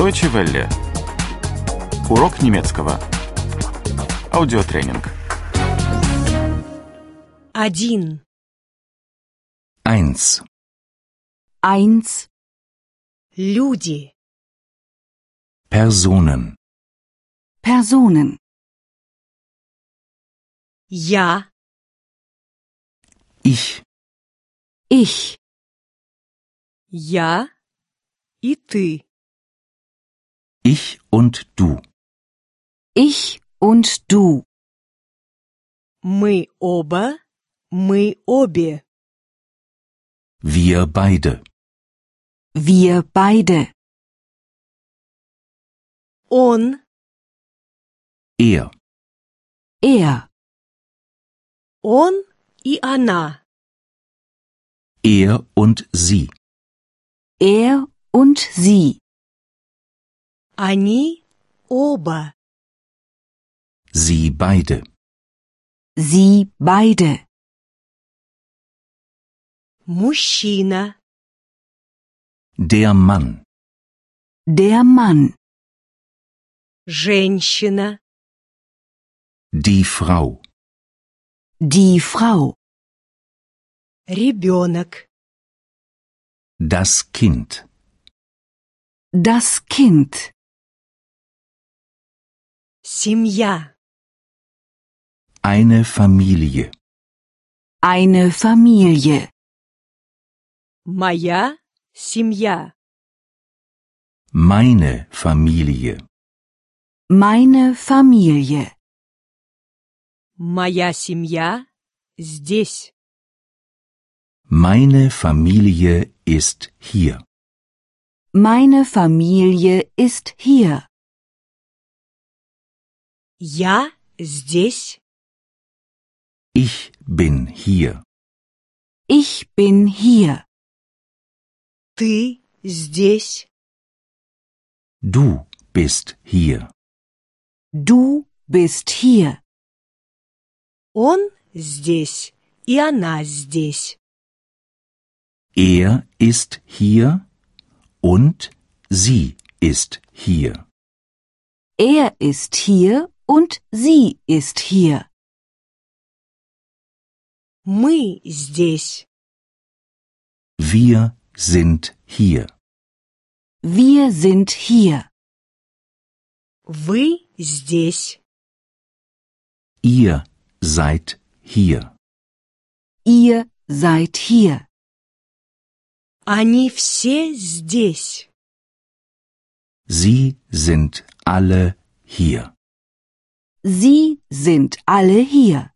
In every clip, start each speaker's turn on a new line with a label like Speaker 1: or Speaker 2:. Speaker 1: Deutsche Welle. Урок немецкого. Аудиотренинг.
Speaker 2: Один.
Speaker 3: 1.
Speaker 4: Eins
Speaker 2: Люди.
Speaker 3: Personen.
Speaker 4: Personen.
Speaker 2: Я.
Speaker 3: Ich,
Speaker 4: Ich,
Speaker 2: Я. И ты.
Speaker 3: ich und du.
Speaker 4: ich und du.
Speaker 2: Мы оба. Мы обе.
Speaker 3: Wir beide.
Speaker 4: Wir beide.
Speaker 2: Он.
Speaker 3: Er,
Speaker 4: Er,
Speaker 2: Он и она.
Speaker 3: er und sie.
Speaker 4: er und sie.
Speaker 2: Они оба.
Speaker 3: Sie beide.
Speaker 4: Sie beide.
Speaker 2: Мужчина.
Speaker 3: Der Mann,
Speaker 4: Der Mann,
Speaker 2: Женщина.
Speaker 3: die Frau,
Speaker 4: die Frau,
Speaker 2: Ребенок.
Speaker 3: das Kind,
Speaker 4: das Kind,
Speaker 2: Семья.
Speaker 3: eine Familie.
Speaker 4: eine Familie.
Speaker 2: Моя семья.
Speaker 3: Meine Familie.
Speaker 4: Meine Familie.
Speaker 2: Моя семья здесь.
Speaker 3: Meine Familie ist hier.
Speaker 4: Meine Familie ist hier.
Speaker 2: Я здесь.
Speaker 3: Ich bin hier.
Speaker 4: Ich bin hier.
Speaker 2: Ты здесь.
Speaker 3: Du bist hier.
Speaker 4: Du bist hier.
Speaker 2: Он здесь, и она здесь.
Speaker 3: Er ist hier und sie ist hier.
Speaker 4: Er ist hier und sie ist hier.
Speaker 2: Мы здесь.
Speaker 3: Wir sind hier.
Speaker 4: Wir sind hier.
Speaker 2: Вы здесь.
Speaker 3: Ihr seid hier.
Speaker 4: Ihr seid hier.
Speaker 2: Они все здесь.
Speaker 3: Sie sind alle hier.
Speaker 4: Sie sind alle hier.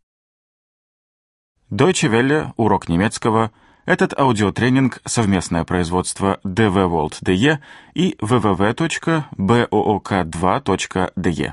Speaker 1: Deutsche Welle. Урок немецкого. Этот аудиотренинг – совместное производство DW World DE и www.book2.de.